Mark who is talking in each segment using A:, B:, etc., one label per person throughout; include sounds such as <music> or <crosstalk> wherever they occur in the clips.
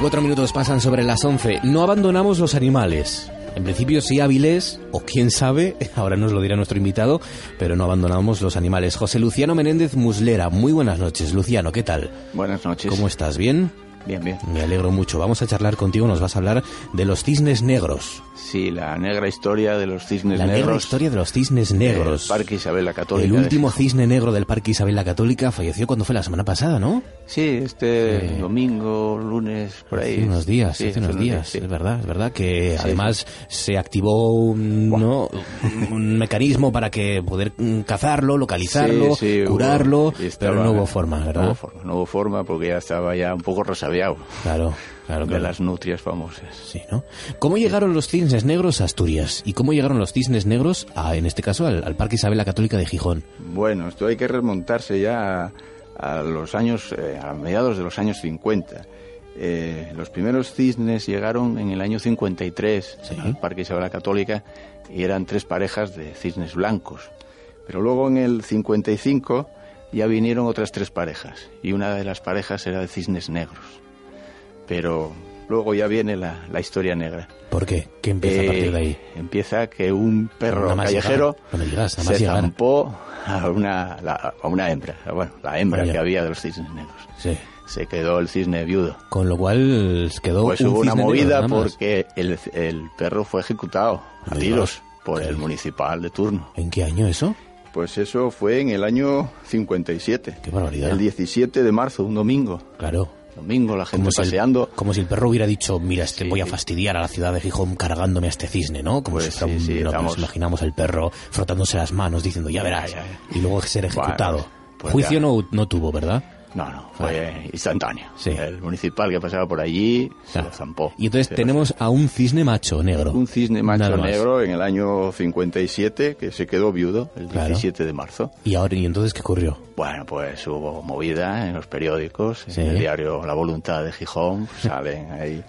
A: Cuatro minutos pasan sobre las 11. No abandonamos los animales. En principio sí Avilés, o quién sabe, <laughs> ahora nos lo dirá nuestro invitado, pero no abandonamos los animales. José Luciano Menéndez Muslera, muy buenas noches. Luciano, ¿qué tal?
B: Buenas noches.
A: ¿Cómo estás? ¿Bien?
B: Bien, bien.
A: Me alegro mucho. Vamos a charlar contigo, nos vas a hablar de los cisnes negros.
B: Sí, la negra historia de los cisnes
A: la
B: negros.
A: La negra historia de los cisnes negros.
B: El Parque Isabel la Católica.
A: El último cisne negro del Parque Isabel la Católica falleció cuando fue la semana pasada, ¿no?
B: Sí, este sí. domingo, lunes, por ahí.
A: Hace unos días, sí, hace unos días, sí. es verdad, es verdad que además se activó un, ¿no? un mecanismo para que poder mm, cazarlo, localizarlo, curarlo, hubo, estaba, pero no hubo forma, ¿verdad?
B: No hubo forma, no hubo forma porque ya estaba ya un poco resabido
A: Claro, claro,
B: De las nutrias famosas.
A: Sí, ¿no? ¿Cómo llegaron los cisnes negros a Asturias? ¿Y cómo llegaron los cisnes negros, a, en este caso, al, al Parque Isabel la Católica de Gijón?
B: Bueno, esto hay que remontarse ya a, a los años, eh, a mediados de los años 50. Eh, los primeros cisnes llegaron en el año 53 ¿Sí? al Parque Isabel la Católica y eran tres parejas de cisnes blancos. Pero luego en el 55 ya vinieron otras tres parejas y una de las parejas era de cisnes negros pero luego ya viene la, la, historia negra.
A: ¿Por qué? ¿Qué empieza eh, a partir de ahí?
B: Empieza que un perro callejero
A: llegar, llegas,
B: se
A: llegar.
B: zampó a una, la, a una hembra, bueno, la hembra bueno, que había de los cisnes negros.
A: Sí.
B: Se quedó el cisne viudo.
A: Con lo cual quedó
B: pues
A: un
B: hubo
A: cisne
B: una movida
A: negro,
B: porque el, el, perro fue ejecutado a tiros por ¿Qué? el municipal de turno.
A: ¿En qué año eso?
B: Pues eso fue en el año 57.
A: Qué barbaridad.
B: El 17 de marzo, un domingo.
A: Claro
B: domingo, la gente
A: como si
B: paseando.
A: El, como si el perro hubiera dicho, mira, este sí, voy a fastidiar a la ciudad de Gijón cargándome a este cisne, ¿no? Como
B: pues
A: si fuera
B: sí, sí,
A: no,
B: estamos...
A: nos imaginamos el perro frotándose las manos diciendo, ya verás, ya, ya. y luego ser ejecutado. Bueno, pues Juicio no, no, tuvo, ¿verdad?
B: No, no, fue ah. instantáneo. El municipal que pasaba por allí se claro. lo zampó.
A: Y entonces
B: se
A: tenemos
B: lo...
A: a un cisne macho negro.
B: Un cisne macho negro en el año 57 que se quedó viudo el claro. 17 de marzo.
A: ¿Y ahora y entonces qué ocurrió?
B: Bueno, pues hubo movida en los periódicos, sí. en el diario La Voluntad de
A: <laughs>
B: Gijón, pues salen ahí.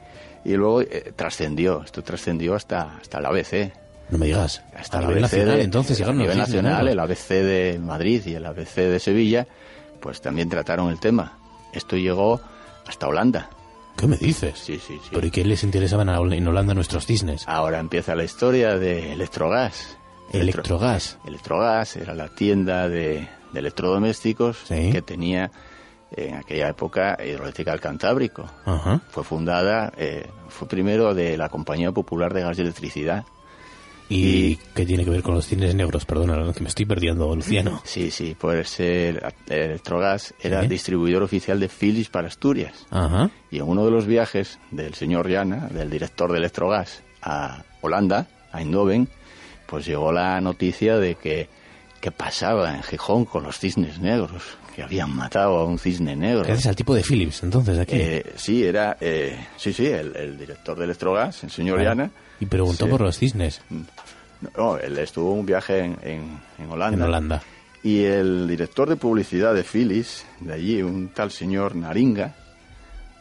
B: Y luego eh, trascendió, esto trascendió hasta, hasta la ABC.
A: No me digas.
B: Hasta
A: a
B: la
A: nivel
B: ABC
A: nacional,
B: de,
A: entonces
B: A nivel nacional, el ABC de Madrid y el ABC de Sevilla, pues también trataron el tema. Esto llegó hasta Holanda.
A: ¿Qué me dices?
B: Sí, Ah, sí, sí.
A: ¿Pero y qué les interesaban en Holanda nuestros cisnes?
B: Ahora empieza la historia de Electrogas.
A: Electrogas.
B: Electrogas era la tienda de, de electrodomésticos
A: ¿Sí?
B: que tenía en aquella época Hidroeléctrica del Cantábrico.
A: Ajá.
B: Fue fundada, eh, fue primero de la Compañía Popular de Gas y Electricidad.
A: ¿Y, y qué tiene que ver con los cines negros? Perdona, que me estoy perdiendo,
B: <laughs>
A: Luciano.
B: Sí, sí, pues el Electrogas era ¿Sí? distribuidor oficial de Philips para Asturias.
A: Ajá.
B: Y en uno de los viajes del señor Riana, del director de Electrogas, a Holanda, a Eindhoven, pues llegó la noticia de que que pasaba en Gijón con los cisnes negros, que habían matado a un cisne negro.
A: Gracias al tipo de Phillips, entonces, aquí?
B: Eh, sí, era, eh, sí, sí, el, el, director de Electrogas, el señor Llana.
A: Ah, y preguntó sí. por los cisnes.
B: No, él estuvo un viaje en, en, en, Holanda.
A: En Holanda.
B: Y el director de publicidad de Philips, de allí, un tal señor Naringa,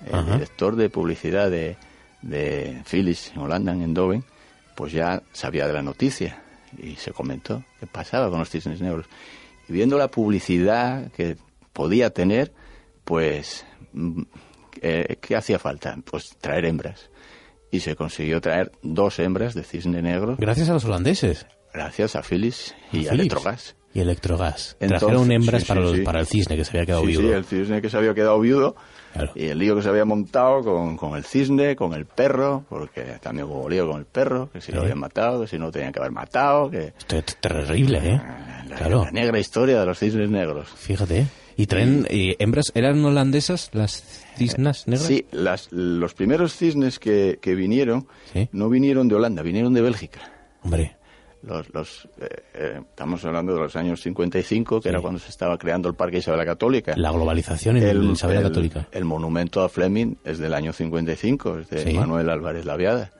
B: el Ajá. director de publicidad de, de Philips en Holanda, en Endoven, pues ya sabía de la noticia y se comentó qué pasaba con los cisnes negros. Y viendo la publicidad que podía tener, pues, eh, ¿qué hacía falta? Pues traer hembras. Y se consiguió traer dos hembras de cisne negro.
A: Gracias a los holandeses.
B: Gracias a Philips
A: a
B: y Philips. a Electrogas.
A: Y Electrogas. Entonces, Trajeron hembras
B: sí, sí,
A: para, los,
B: sí.
A: para el cisne que se había quedado viudo.
B: Sí, el cisne que se había quedado viudo.
A: Claro.
B: Y el lío que se había montado con, con, el cisne, con el perro, porque también hubo lío con el perro, que si lo habían matado, que si no tenían que haber matado. que
A: Esto es terrible, ¿eh?
B: La,
A: claro.
B: la negra historia de los cisnes negros.
A: Fíjate. ¿Y traen eh, hembras? ¿Eran holandesas las cisnas negras?
B: Sí, las, los primeros cisnes que, que vinieron
A: ¿Sí?
B: no vinieron de Holanda, vinieron de Bélgica.
A: Hombre.
B: Los, los eh, eh, estamos hablando de los años 55, que
A: Sí.
B: era cuando se estaba creando el Parque Isabel la Católica.
A: La globalización en el, Isabel la Católica.
B: El monumento a Fleming es del año 55, es de
A: Sí.
B: Manuel Álvarez Laviada.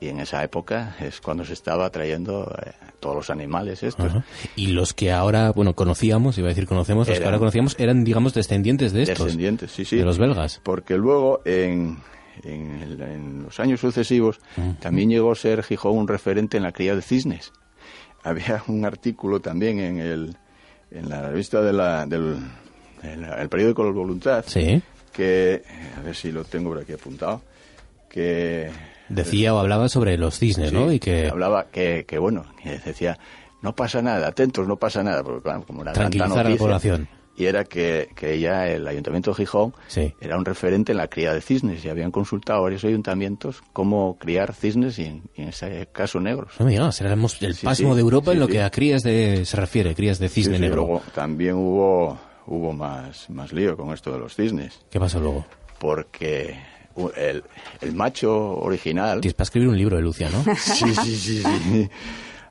B: y en esa época es cuando se estaba trayendo eh, todos los animales estos.
A: Ajá. Pues, Y los que ahora, bueno, conocíamos, iba a decir conocemos, los que
B: Eran-
A: ahora conocíamos eran, digamos, descendientes de estos.
B: Descendientes, sí, sí.
A: De los belgas.
B: Porque luego, en, en el- en los años sucesivos, también llegó a ser Gijón un referente en la cría de cisnes. <laughs> Había un artículo también en, el, en la revista de la- del en la- el periódico La Voluntad,
A: Sí.
B: que, a ver si lo tengo por aquí apuntado, que
A: Decía o hablaba sobre los cisnes, Eh, ¿no?
B: Sí,
A: Y que
B: hablaba que, que, bueno, que decía, no pasa nada, atentos, no pasa nada, porque claro, como era tanta
A: Tranquilizar a la
B: noticia,
A: población.
B: Y era que, que ya el Ayuntamiento de Gijón
A: Sí.
B: era un referente en la cría de cisnes y habían consultado a varios ayuntamientos cómo criar cisnes y en, y en ese caso negros.
A: No me digas, éramos el
B: Sí,
A: pasmo
B: sí,
A: de Europa
B: sí,
A: en lo
B: sí.
A: que a crías de, se refiere, crías de cisne
B: Sí, sí,
A: negro.
B: luego también hubo, hubo más, más lío con esto de los cisnes,
A: ¿Qué pasó luego?
B: porque u- el, el macho original...
A: Tienes para escribir un libro de Lucia,
B: <laughs>
A: ¿no?
B: Sí, sí, sí, sí.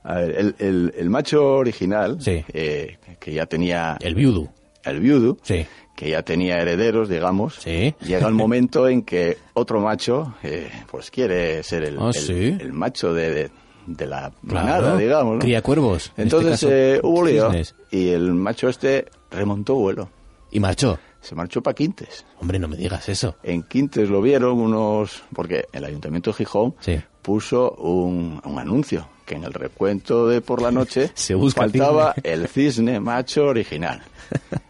B: A ver, el, el- el macho original,
A: Sí.
B: eh, que ya tenía
A: El viudo.
B: el viudo,
A: Sí.
B: que ya tenía herederos, digamos,
A: Sí.
B: llega el momento en que otro macho, eh, pues quiere ser el,
A: Ah,
B: el-
A: sí.
B: el macho de, de- de la
A: Claro.
B: manada, digamos. ¿no?
A: Cría cuervos, en
B: Entonces
A: este caso,
B: eh, hubo lío
A: cisnes.
B: y el macho este remontó vuelo.
A: Y marchó.
B: Se marchó para Quintes.
A: Hombre, no me digas eso.
B: En Quintes lo vieron unos, porque el Ayuntamiento de Gijón
A: Sí.
B: puso un, un anuncio que en el recuento de por la noche
A: <laughs> Se busca
B: faltaba
A: cisne.
B: el cisne macho original.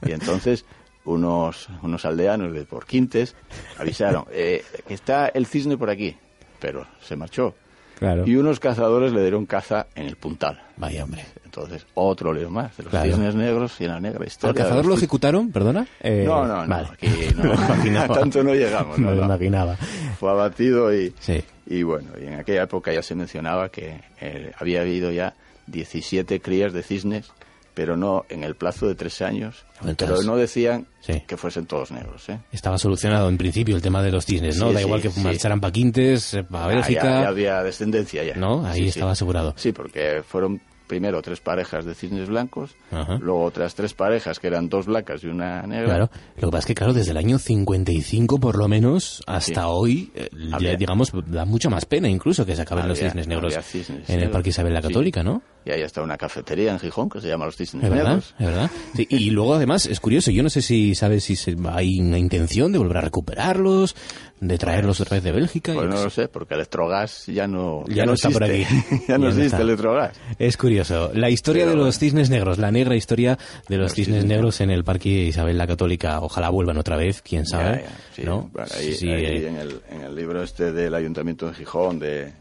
B: Y entonces unos, unos aldeanos de por Quintes
A: <laughs>
B: avisaron eh, que está el cisne por aquí, pero se marchó.
A: Claro.
B: Y unos cazadores le dieron caza en el puntal.
A: Vaya, hombre.
B: Entonces, otro lío más de los
A: Claro.
B: cisnes negros y la negra historia.
A: ¿Al
B: de los
A: cazador lo
B: cisnes.
A: ejecutaron? ¿Perdona? Eh,
B: No, no, no.
A: vale. <laughs>
B: aquí no. <laughs> tanto no llegamos.
A: Me
B: no,
A: lo
B: no.
A: imaginaba.
B: Fue abatido y,
A: Sí.
B: y bueno, y en aquella época ya se mencionaba que eh, había habido ya 17 crías de cisnes, pero no en el plazo de tres años.
A: Entonces-
B: pero no decían
A: Sí.
B: que fuesen todos negros. ¿eh?
A: Estaba solucionado en principio el tema de los cisnes, ¿no?
B: Sí,
A: da
B: sí,
A: igual que
B: sí.
A: marcharan para Quintes, para
B: Ah, ya,
A: Bélgica.
B: ya había descendencia ya.
A: ¿No? Ahí estaba asegurado.
B: Sí, porque fueron primero tres parejas de cisnes blancos,
A: Ajá.
B: luego otras tres parejas que eran dos blancas y una negra.
A: Claro, lo que pasa es que, claro, desde el año 55 por lo menos hasta
B: Sí.
A: hoy, eh, ya,
B: Había-
A: digamos, da mucha más pena incluso que se acaben los
B: Había-
A: cisnes negros
B: había cisnes
A: en el
B: negros.
A: Parque Isabel la
B: Sí.
A: Católica, ¿no?
B: Y ahí está una cafetería en Gijón que se llama Los Cisnes
A: Es verdad,
B: Negros.
A: es verdad. Sí, y luego además es curioso, yo no sé si sabes si se- hay una intención de volver a recuperarlos, de traerlos otra vez de Bélgica. yo
B: Pues
A: qué
B: no
A: sé.
B: lo sé, porque Electrogas ya no,
A: Ya no está por aquí.
B: existe. <laughs>
A: Ya
B: ya no
A: no
B: existe
A: está.
B: Electrogas.
A: Es curioso, la historia
B: Pero
A: de los
B: bueno.
A: cisnes negros, la negra historia de los,
B: Los
A: cisnes,
B: cisnes
A: negros en el Parque Isabel la Católica. Ojalá vuelvan otra vez, quién sabe.
B: Ya, ya, sí.
A: ¿no?
B: Bueno, ahí,
A: Sí,
B: ahí
A: eh,
B: en, el, en el libro este del Ayuntamiento de Gijón, de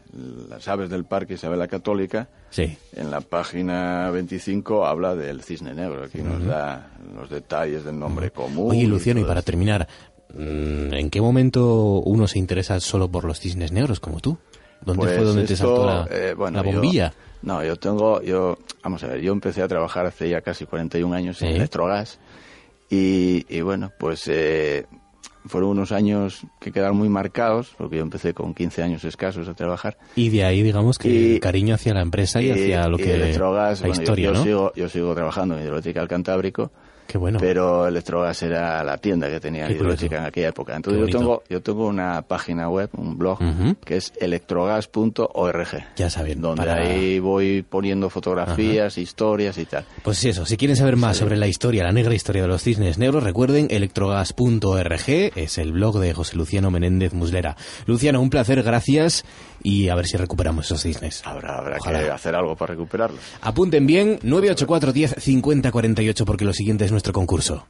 B: las aves del Parque Isabel la Católica,
A: sí.
B: en la página 25 habla del cisne negro. Aquí nos da los detalles del nombre común.
A: Oye, Luciano, y
B: todo
A: para
B: esto.
A: terminar, mm, ¿en qué momento uno se interesa solo por los cisnes negros como tú? ¿Dónde
B: Pues
A: fue donde te
B: esto,
A: saltó la,
B: eh, bueno,
A: la
B: yo-
A: bombilla?
B: no, yo tengo, yo, vamos a ver, yo empecé a trabajar hace ya casi 41 años en
A: Sí.
B: Electrogas y, y bueno, pues eh, fueron unos años que quedaron muy marcados porque yo empecé con 15 años escasos a trabajar.
A: Y de ahí, digamos, que el
B: Y-
A: cariño hacia la empresa y, hacia lo
B: y
A: que...
B: Electrogas,
A: la
B: bueno, yo-
A: historia,
B: yo,
A: ¿no?
B: sigo, yo sigo trabajando en Hidroeléctrica del Cantábrico.
A: Qué bueno.
B: Pero Electrogas era la tienda que tenía
A: Qué
B: Hidroeléctrica
A: curioso.
B: en aquella época.
A: Qué
B: Entonces yo
A: bonito.
B: tengo, yo tengo una página web, un blog,
A: Ujú.
B: que es electrogas.org.
A: Ya saben,
B: Donde
A: para-
B: ahí voy poniendo fotografías, historias y tal.
A: Pues eso, si quieren saber más sobre la historia, la negra historia de los cisnes negros, recuerden electrogas.org, es el blog de José Luciano Menéndez Muslera. Luciano, un placer, gracias y a ver si recuperamos esos cisnes.
B: Habrá, habrá
A: Ojalá.
B: que hacer algo para recuperarlo.
A: Apunten bien 984 10 50 48 porque lo siguiente es nuestro concurso.